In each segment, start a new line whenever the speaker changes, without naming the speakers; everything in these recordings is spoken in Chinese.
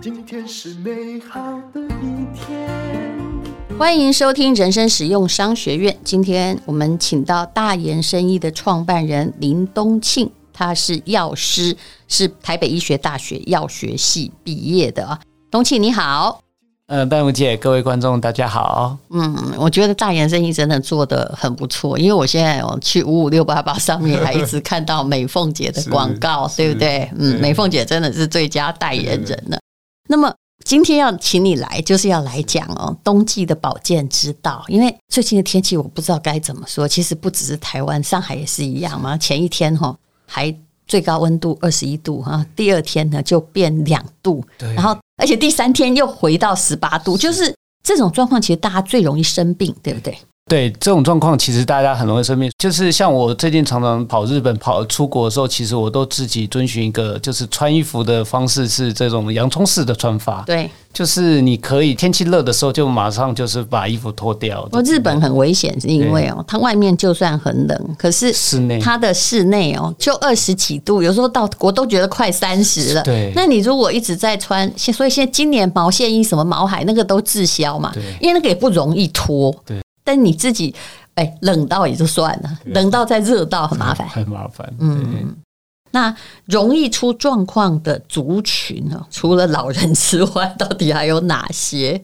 今天是美好的一天。
欢迎收听人生实用商学院。今天我们请到大研生医的创办人林东庆，他是药师，是台北医学大学药学系毕业的啊。东庆你好，
呃，戴茹姐，各位观众，大家好。
嗯，我觉得大研生医真的做的很不错，因为我现在我去五五六八八上面还一直看到美凤姐的广告，对不对？嗯，
对
美凤姐真的是最佳代言人了。那么今天要请你来，就是要来讲哦，冬季的保健之道。因为最近的天气，我不知道该怎么说。其实不只是台湾，上海也是一样嘛。前一天哈、哦、还最高温度二十一度哈、啊，第二天呢就变两度，
对
然后而且第三天又回到十八度，就是这种状况，其实大家最容易生病，对不对？
对这种状况，其实大家很容易生病。就是像我最近常常跑日本、跑出国的时候，其实我都自己遵循一个，就是穿衣服的方式是这种洋葱式的穿法，
对，
就是你可以天气热的时候就马上就是把衣服脱掉。
我日本很危险，是因为哦，它外面就算很冷，可是
室内
它的室内哦，就二十几度，有时候到我都觉得快三十了。
对
那你如果一直在穿，现所以现在今年毛线衣、什么毛海那个都滞销嘛
对，
因为那个也不容易脱。
对，
但你自己哎，冷到也就算了，冷到再热到很麻烦。
很麻烦。
嗯，那容易出状况的族群哦，除了老人之外，到底还有哪些？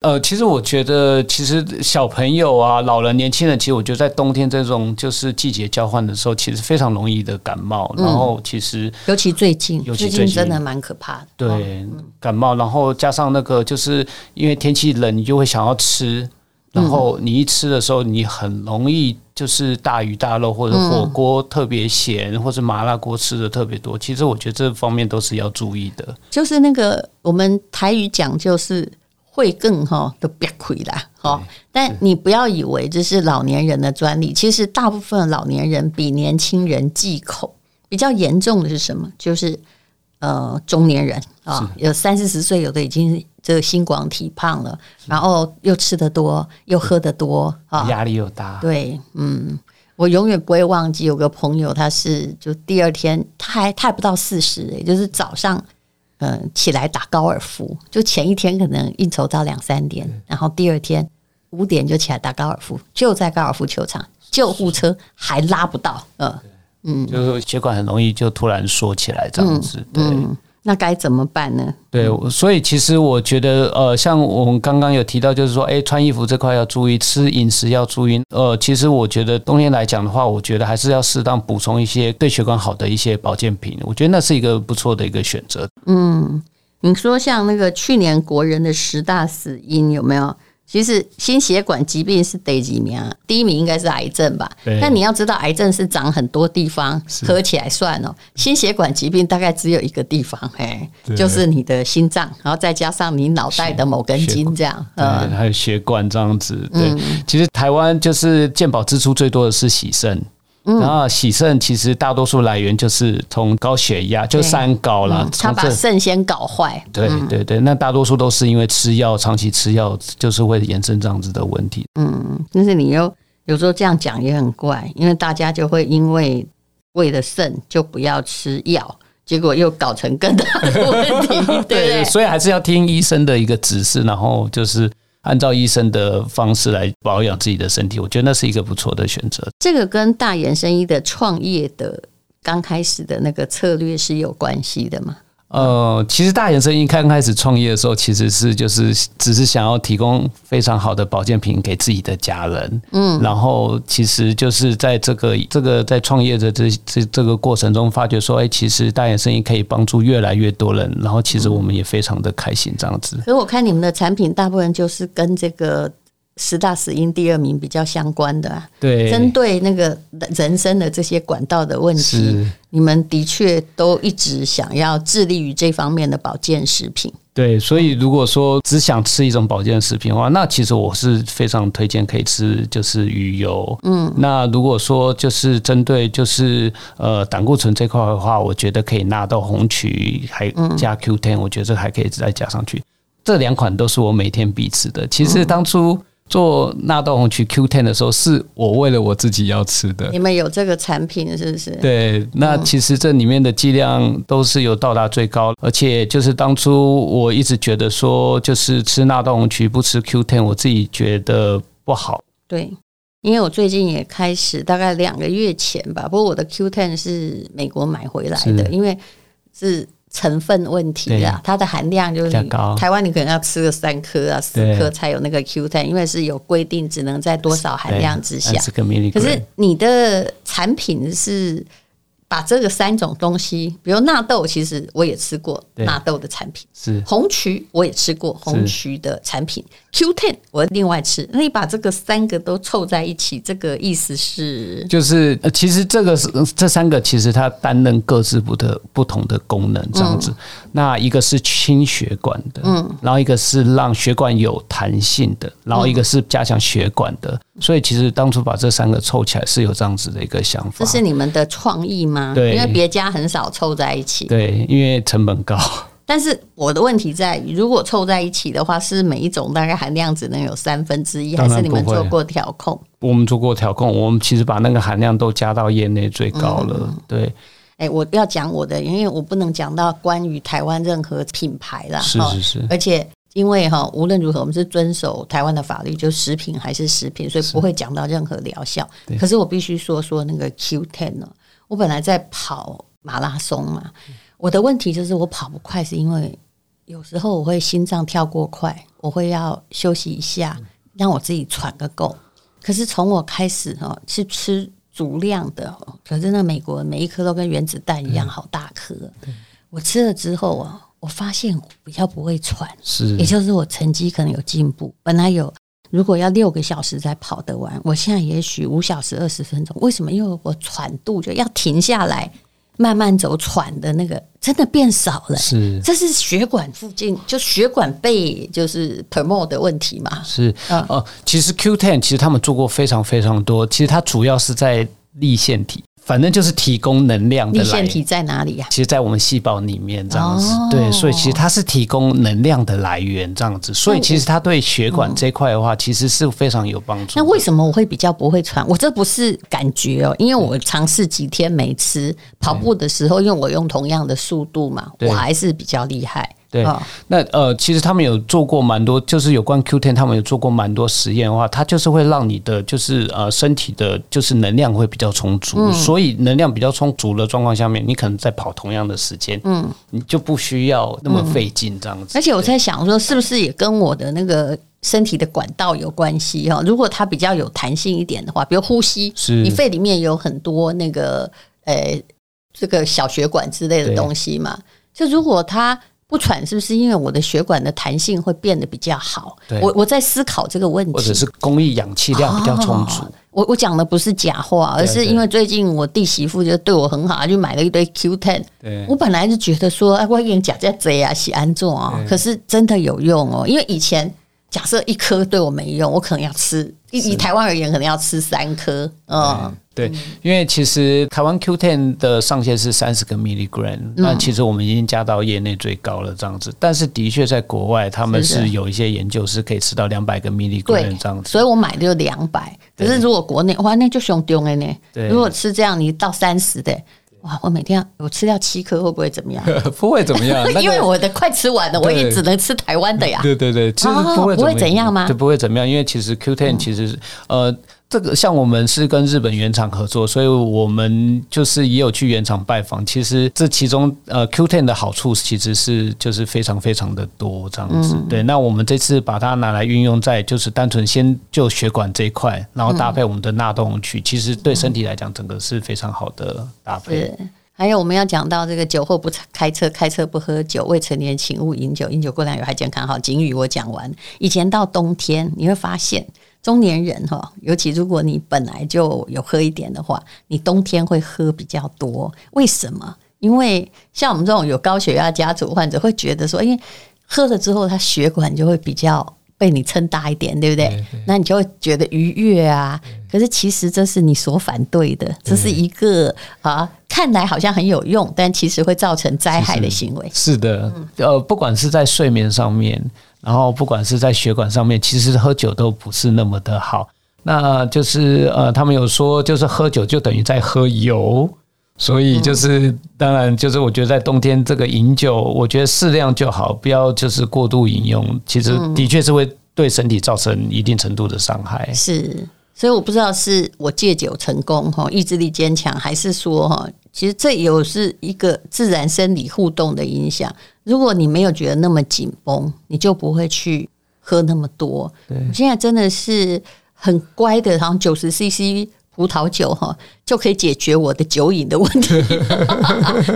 呃，其实我觉得，其实小朋友啊、老人、年轻人，其实我觉得在冬天这种就是季节交换的时候，其实非常容易的感冒，
嗯
然后其实
尤其最近，
尤其
最
最
近
近
真的蛮可怕的。哦
对，感冒，然后加上那个，就是因为天气冷，你就会想要吃，
嗯
然后你一吃的时候，你很容易就是大鱼大肉，或者火
嗯
锅特别咸，或是麻辣锅吃的特别多。其实我觉得这方面都是要注意的。
就是那个我们台语讲就是会更哈都别亏啦哈，但你不要以为这是老年人的专利，其实大部分老年人比年轻人忌口，比较严重的是什么？就是呃中年人啊，有三四十岁，有的已经这个心广体胖了，然后又吃得多，又喝得多啊，
压力又大，
对，嗯，我永远不会忘记有个朋友，他是就第二天，他还他还不到四十，也就是早上，嗯、起来打高尔夫，就前一天可能应酬到两三点，然后第二天五点就起来打高尔夫，就在高尔夫球场，救护车还拉不到，嗯
就是血管很容易就突然缩起来这样子。对，
嗯，那该怎么办呢？
对，我所以其实我觉得，呃，像我们刚刚有提到，就是说，哎，穿衣服这块要注意，吃饮食要注意。呃，其实我觉得冬天来讲的话，我觉得还是要适当补充一些对血管好的一些保健品，我觉得那是一个不错的一个选择。
你说像那个去年国人的十大死因有没有？其实心血管疾病是第几名啊？第一名应该是癌症吧？
对
但你要知道，癌症是长很多地方，合起来算哦。心血管疾病大概只有一个地方，哎，就是你的心脏，然后再加上你脑袋的某根筋，这样。嗯，
对，还有血管这样子。对，其实台湾就是健保支出最多的是洗肾。然后洗肾其实大多数来源就是从高血压，就
对嗯
三高啦，
他
从
把
这
肾先搞坏，
对对对，那大多数都是因为吃药，长期吃药就是会衍生这样子的问题。
但是你又有时候这样讲也很怪，因为大家就会因为为了肾就不要吃药，结果又搞成更大的问题，对不对？
所以还是要听医生的一个指示，然后就是按照医生的方式来保养自己的身体，我觉得那是一个不错的选择。
这个跟大研生医的创业的刚开始的那个策略是有关系的嘛？
呃，其实大研生一刚开始创业的时候，其实是就是只是想要提供非常好的保健品给自己的家人，嗯，然后其实就是在这个这个在创业的这这这个过程中，发觉说，哎、其实大研生意可以帮助越来越多人，然后其实我们也非常的开心这样子。
可是我看你们的产品大部分就是跟这个十大死因第二名比较相关的、啊，
对，
针对那个人生的这些管道的问题
是，
你们的确都一直想要致力于这方面的保健食品。
对，所以如果说只想吃一种保健食品的话，那其实我是非常推荐可以吃就是鱼油。嗯，那如果说就是针对就是呃胆固醇这块的话，我觉得可以纳到红曲，还加 Q Ten，、我觉得这还可以再加上去。这两款都是我每天必吃的。其实当初做纳豆红曲 Q10 的时候，是我为了我自己要吃的
你。们有这个产品是不是？
对，那其实这里面的剂量都是有到达最高，而且就是当初我一直觉得说，就是吃纳豆红曲不吃 Q10，我自己觉得不好。
对，因为我最近也开始，大概两个月前吧。不过我的 Q10 是美国买回来的，
是
因为是成分问题啊，它的含量就是
比较高
台湾你可能要吃个三颗啊、四
对
颗才有那个 Q10，因为是有规定只能在多少含量之下
对。30个 milligram，
可是你的产品是把这个三种东西，比如纳豆，其实我也吃过
对
纳豆的产品，
是
红曲我也吃过红曲的产品，Q10 我另外吃。那你把这个三个都凑在一起，这个意思是
就是呃其实这个是这三个，其实它担任各自不的不同的功能，这样
嗯
子。那一个是清血管的，嗯，然后一个是让血管有弹性的，然后一
嗯
个是加强血管的。所以其实当初把这三个凑起来是有这样子的一个想法
这。是你们的创意吗？
对
因为别家很少凑在一起。
对，因为成本高，
但是我的问题在于，如果凑在一起的话，是每一种大概含量只能有三分之一，还
当然
是你们
不会
做过调控？
我们做过调控，我们其实把那个含量都加到业内最高
嗯
了。对，
哎、我要讲我的，因为我不能讲到关于台湾任何品牌啦，
是
哈
是是
而且因为哈，无论如何，我们是遵守台湾的法律，就食品还是食品，所以不会讲到任何疗效。可是我必须说说那个 Q10 呢，我本来在跑马拉松嘛，我的问题就是我跑不快，是因为有时候我会心脏跳过快，我会要休息一下，让我自己喘个够。可是从我开始哦，是吃足量的哦，可是那美国每一颗都跟原子弹一样好大颗。我吃了之后啊，我发现我比较不会喘，
是
也就是我成绩可能有进步。本来有如果要六个小时才跑得完，我现在也许五小时二十分钟。为什么？因为我喘度就要停下来，慢慢走，喘的那个真的变少了。
是
这是血管附近，就血管被就是 promote 的问题嘛？
是
嗯
哦，其实 Q10 其实他们做过非常非常多，其实它主要是在立腺体，反正就是提供能量的
立
来
腺
源。
体在哪里啊呀、
其实，在我们细胞里面这样子，
哦
对，所以其实它是提供能量的来源这样子，所以其实它对血管这一块的话，其实是非常有帮助的。
嗯那为什么我会比较不会喘？我这不是感觉哦，因为我尝试几天没吃，跑步的时候，因为我用同样的速度嘛，
对
我还是比较厉害。
对
哦
那呃，其实他们有做过蛮多，就是有关 Q10，他们有做过蛮多实验的话，它就是会让你的就是呃身体的就是能量会比较充足，
嗯
所以能量比较充足的状况下面，你可能在跑同样的时间，嗯，你就不需要那么费劲这样子。
嗯而且我在想说，是不是也跟我的那个身体的管道有关系哦？如果它比较有弹性一点的话，比如呼吸，
是
你肺里面有很多那个呃这个小血管之类的
对
东西嘛，就如果它。不喘是不是因为我的血管的弹性会变得比较好
对？
我我在思考这个问题，
或者是公益氧气量比较充足，
哦我我讲的不是假话，而
对啊
是因为最近我弟媳妇就对我很好，她就买了一堆 Q10。
对
我本来就觉得说，哎，我用假在贼啊，洗安做啊，可是真的有用哦。因为以前假设一颗对我没用，我可能要吃，以以台湾而言，可能要吃三颗。嗯，
对，因为其实台湾 Q10 的上限是三十个 milligram，、那
嗯
其实我们已经加到业内最高了这样子。但是的确在国外，他们
是是
是有一些研究是可以吃到两百个 milligram
对
这样，子。
所以我买的就两百。可
对
是如果国内哇，那就凶丢了呢。
对
如果吃这样，你到三十的，哇，我每天要我吃掉七颗，会不会怎 么样？
不会怎么样
因为我的快吃完了，我也
啊对
只能吃台湾的呀。
对对对，其实
哦
不会
不会怎样吗嗯
对，不会怎么样，因为其实 Q10 其实、呃，这个像我们是跟日本原厂合作，所以我们就是也有去原厂拜访。其实这其中呃 Q10 的好处其实是就是非常非常的多这样
嗯
子。对，那我们这次把它拿来运用在就是单纯先就血管这一块，然后
嗯
搭配我们的纳豆红曲，其实对身体来讲整个是非常好的搭配。
是，还有我们要讲到这个酒后不开车，开车不喝酒，未成年请勿饮酒，饮酒过量有害健康。好，警语我讲完。以前到冬天，你会发现中年人哈，尤其如果你本来就有喝一点的话，你冬天会喝比较多。为什么？因为像我们这种有高血压家族患者会觉得说，因为喝了之后，他血管就会比较被你撑大一点，对不对？那你就会觉得愉悦啊。可是其实这是你所反对的，这是一个啊，看来好像很有用，但其实会造成灾害的行为。
是的，呃，不管是在睡眠上面，然后不管是在血管上面，其实喝酒都不是那么的好。那就是呃，他们有说，就是喝酒就等于在喝油，所以就是、当然就是我觉得在冬天这个饮酒，我觉得适量就好，不要就是过度饮用，其实
嗯
的确是会对身体造成一定程度的伤害。
是，所以我不知道是我戒酒成功哈，意志力坚强，还是说哈，其实这有是一个自然生理互动的影响。如果你没有觉得那么紧绷，你就不会去喝那么多。我现在真的是很乖的，好像九十 CC 葡萄酒哈，就可以解决我的酒瘾的问题。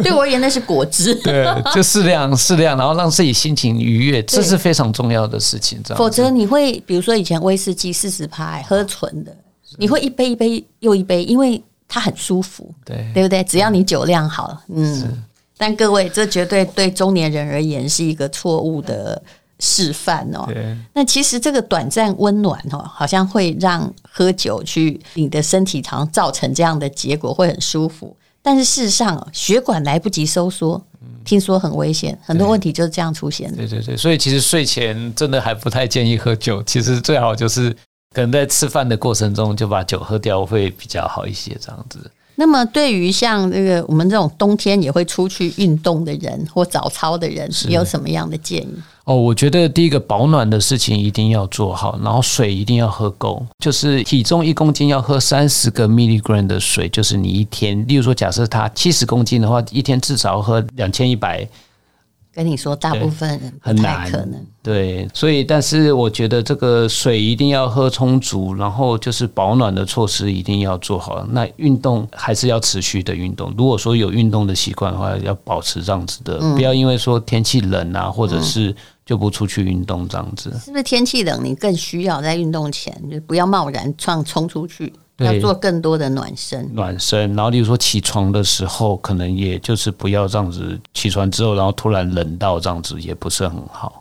对我而言，那是果汁。
对， 就适量适量，然后让自己心情愉悦，这是非常重要的事情，知道吗
否则你会，比如说以前威士忌四十趴喝纯的，你会一杯一杯又一杯，因为它很舒服，
对
对不对？只要你酒量好，嗯。但各位，这绝对对中年人而言是一个错误的示范哦。
对。
那其实这个短暂温暖哦，好像会让喝酒去你的身体常造成这样的结果，会很舒服。但是事实上哦，血管来不及收缩，听说很危险，很多问题就是这样出现
嗯
的。
对对对，所以其实睡前真的还不太建议喝酒，其实最好就是可能在吃饭的过程中就把酒喝掉会比较好一些，这样子。
那么，对于像这个我们这种冬天也会出去运动的人或早操的人，有什么样的建议？
哦，我觉得第一个保暖的事情一定要做好，然后水一定要喝够，就是体重一公斤要喝三十个 milligram 的水，就是你一天，例如说假设他七十公斤的话，一天至少喝两千一百
跟你说，大部分人不
很
太
难
可能。
对，所以但是我觉得这个水一定要喝充足，然后就是保暖的措施一定要做好。那运动还是要持续的运动。如果说有运动的习惯的话，要保持这样子的，
嗯
不要因为说天气冷啊，或者是就不出去运动这样子。
是不是天气冷，你更需要在运动前就不要贸然创冲出去，
对
嗯要做更多的暖身。
暖身，然后例如说起床的时候，可能也就是不要这样子，起床之后然后突然冷到这样子也不是很好。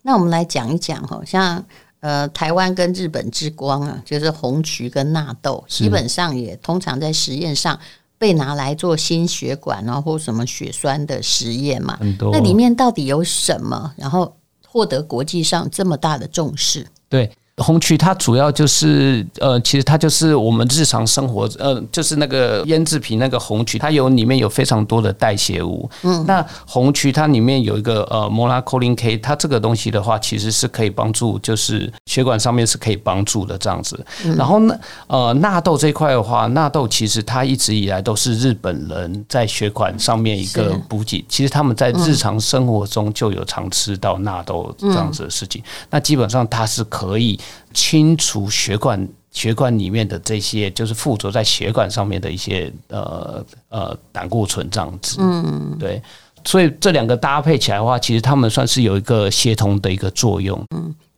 那我们来讲一讲哈，像呃台湾跟日本之光啊，就是红曲跟纳豆，基本上也通常在实验上被拿来做心血管啊或什么血栓的实验嘛。
很多
那里面到底有什么？然后获得国际上这么大的重视？
对，红曲它主要就是呃，其实它就是我们日常生活呃，就是那个腌制品那个红曲，它有里面有非常多的代谢物。嗯，那红曲它里面有一个呃摩拉扣林 K，它这个东西的话，其实是可以帮助，就是血管上面是可以帮助的这样子。然后呢，呃，纳豆这一块的话，纳豆其实它一直以来都是日本人在血管上面一个
是
补给，其实他们在日常生活中就有常吃到纳豆这样子的事情。那基本上它是可以清除血管血管里面的这些，就是附着在血管上面的一些呃呃胆固醇这样子。嗯，对。所以这两个搭配起来的话，其实它们算是有一个协同的一个作用。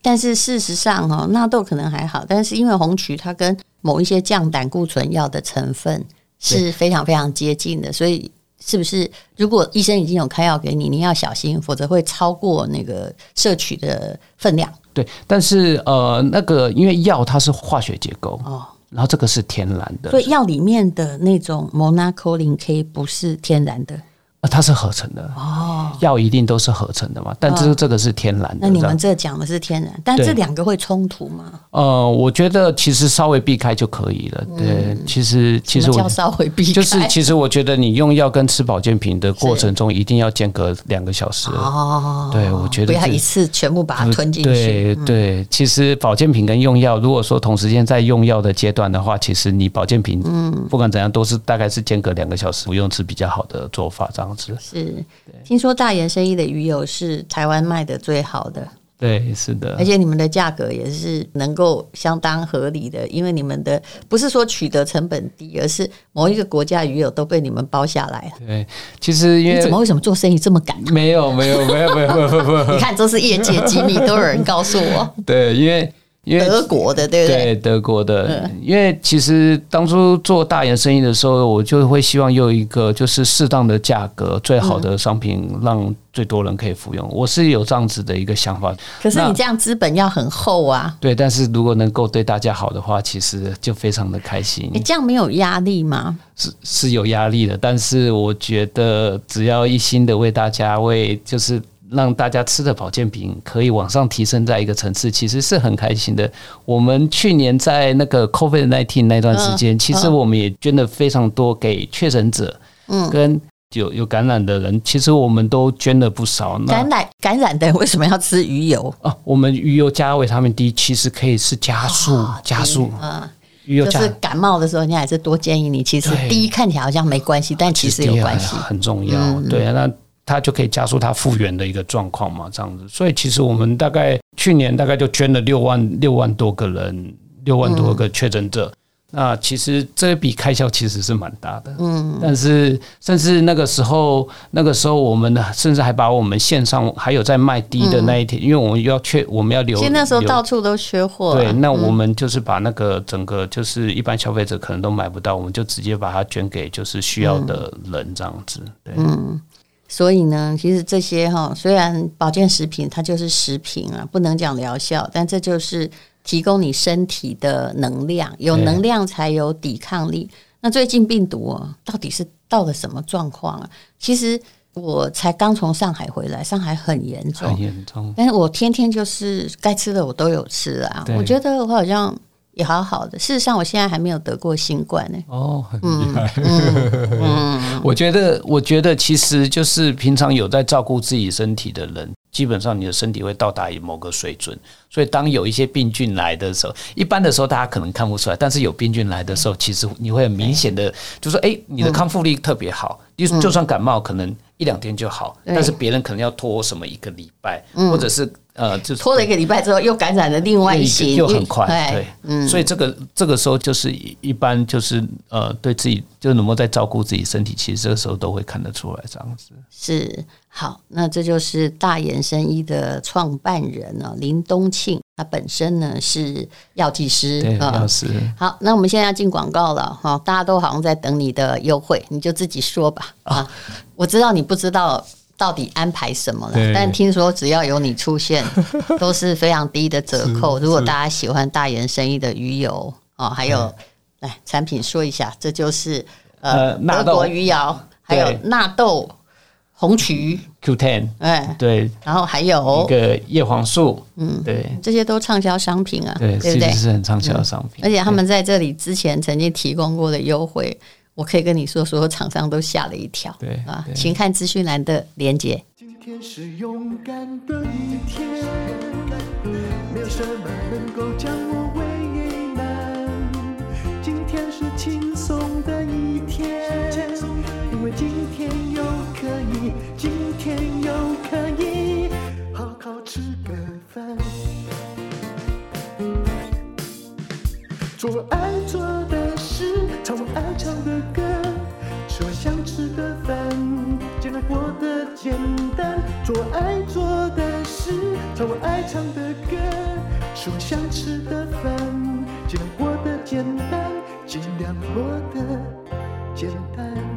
但是事实上，哈，纳豆可能还好，但是因为红曲它跟某一些降胆固醇药的成分是非常非常接近的，所以是不是如果医生已经有开药给你，你要小心，否则会超过那个摄取的分量。
对，但是呃，那个因为药它是化学结构，
哦
然后这个是天然的，
所以药里面的那种 monacolin K 不是天然的
呃它是合成的哦，药一定都是合成的嘛，但这、这个是天然的。
嗯那你
这样
们这讲的是天然，但
对
这两个会冲突吗？
呃，我觉得其实稍微避开就可以了。对，其实其实
嗯什么
我
叫稍微避开，
就是其实我觉得你用药跟吃保健品的过程中一定要间隔两个小时。
哦，
对，我觉得
不要
这
一次全部把它吞进去。
对
嗯
对，其实保健品跟用药，如果说同时间在用药的阶段的话，其实你保健品，嗯，不管怎样，都是大概是间隔两个小时服用是比较好的做法，这样子。
是，听说大盐生意的鱼油是台湾卖的最好的，
嗯对，是的
而。且你们的价格也是能够相当合理的，因为你们的不是说取得成本低，而是某一个国家鱼油都被你们包下来。
对，其实因
你
为
怎么为什么做生意这么 敢？
没有没有没有没有 没有没有没有，
你看，这是业界机密，都有人告诉我，
对，因为 因为
德国的，对不嗯对？
对德国的，因为其实当初做大盐生意的时候，我就会希望有一个就是适当的价格，最好的商品，让最多人可以服用。我是有这样子的一个想法，
可是
那
你这样资本要很厚啊，
对。但是如果能够对大家好的话，其实就非常的开心
你、，这样没有压力吗？
是是有压力的。但是我觉得只要一心的为大家，为就是让大家吃的保健品可以往上提升在一个层次，其实是很开心的。我们去年在那个 COVID nineteen 那段时间，
嗯
其实我们也捐了非常多给确诊者，嗯，跟有有感染的人，其实我们都捐了不少。那
感染感染的人为什么要吃鱼油？
啊，我们鱼油加维他命 D，其实可以是加速加速
嗯，
鱼油
就
加
是感冒的时候，人家还是多建议你。其实
对
第一看起来好像没关系，但其实有关系嗯
其实。很重要。对啊，那它就可以加速它复原的一个状况嘛，这样子。所以其实我们大概去年大概就捐了六万六万多个人，六万多个确诊者。那其实这笔开销其实是蛮大的，嗯，但是甚至那个时候，那个时候我们甚至还把我们线上还有在卖低的那一天，因为我们要确我们要留，
嗯其实那时候
留
到处都缺货啊，
对，那我们就是把那个整个就是一般消费者可能都买不到，我们就直接把它捐给就是需要的人这样子。对，
所以呢，其实这些哈，虽然保健食品它就是食品啊，不能讲疗效，但这就是提供你身体的能量，有
对
能量才有抵抗力。那最近病毒哦，到底是到了什么状况啊？其实我才刚从上海回来，上海很严重
很，严重。
但是我天天就是该吃的我都有吃啊。
对
我觉得我好像也好好的，事实上我现在还没有得过新冠呢、
哦，很厉害。
嗯
我觉得，我觉得其实就是平常有在照顾自己身体的人，基本上你的身体会到达某个水准。所以当有一些病菌来的时候，一般的时候大家可能看不出来，但是有病菌来的时候，其实你会很明显的，就说哎、诶你的康复力特别好，就、就算感冒可能一两天就好，
嗯对嗯
但是别人可能要拖什么一个礼拜，或者是呃，就是
拖了一个礼拜之后，又感染了另外一型，
又很快，
哎
对，所以这个这个时候就是一一般就是呃，对自己就是能够在照顾自己身体，其实这个时候都会看得出来这样子。
是好，那这就是大研生医的创办人呢、林东庆，他本身呢是药剂师
对，
啊
老师，
好，那我们现在要进广告了哈，大家都好像在等你的优惠，你就自己说吧啊。我知道你不知道到底安排什么了
对，
但听说只要有你 出现，都是非常低的折扣。
是
如果大家喜欢大研生意的鱼油哦，还有来产品说一下，这就是呃
哎呃纳
德
豆
国鱼油，还有
对
纳豆、红曲，
Q Ten，
哎，
对，
然后还
一
有
个叶黄素，嗯，对
这些都畅销商品啊，
对，
对不
其
对嗯
实？是很畅销的商品，
而且他们在这里之前曾经提供过的优惠，我可以跟你说，所有厂商都吓了一跳。
对
啊，
对
请看资讯栏的连接。
今天是勇敢的一天，没有什么能够将我为难。今天是轻松的一天，因为今天又可以，今天又可以好好吃个饭，做我爱做的事，唱我爱唱的歌。吃我想吃的饭，尽量活得简单，做我爱做的事，唱我爱唱的歌。吃我想吃的饭，尽量活得简单，尽量活得简单。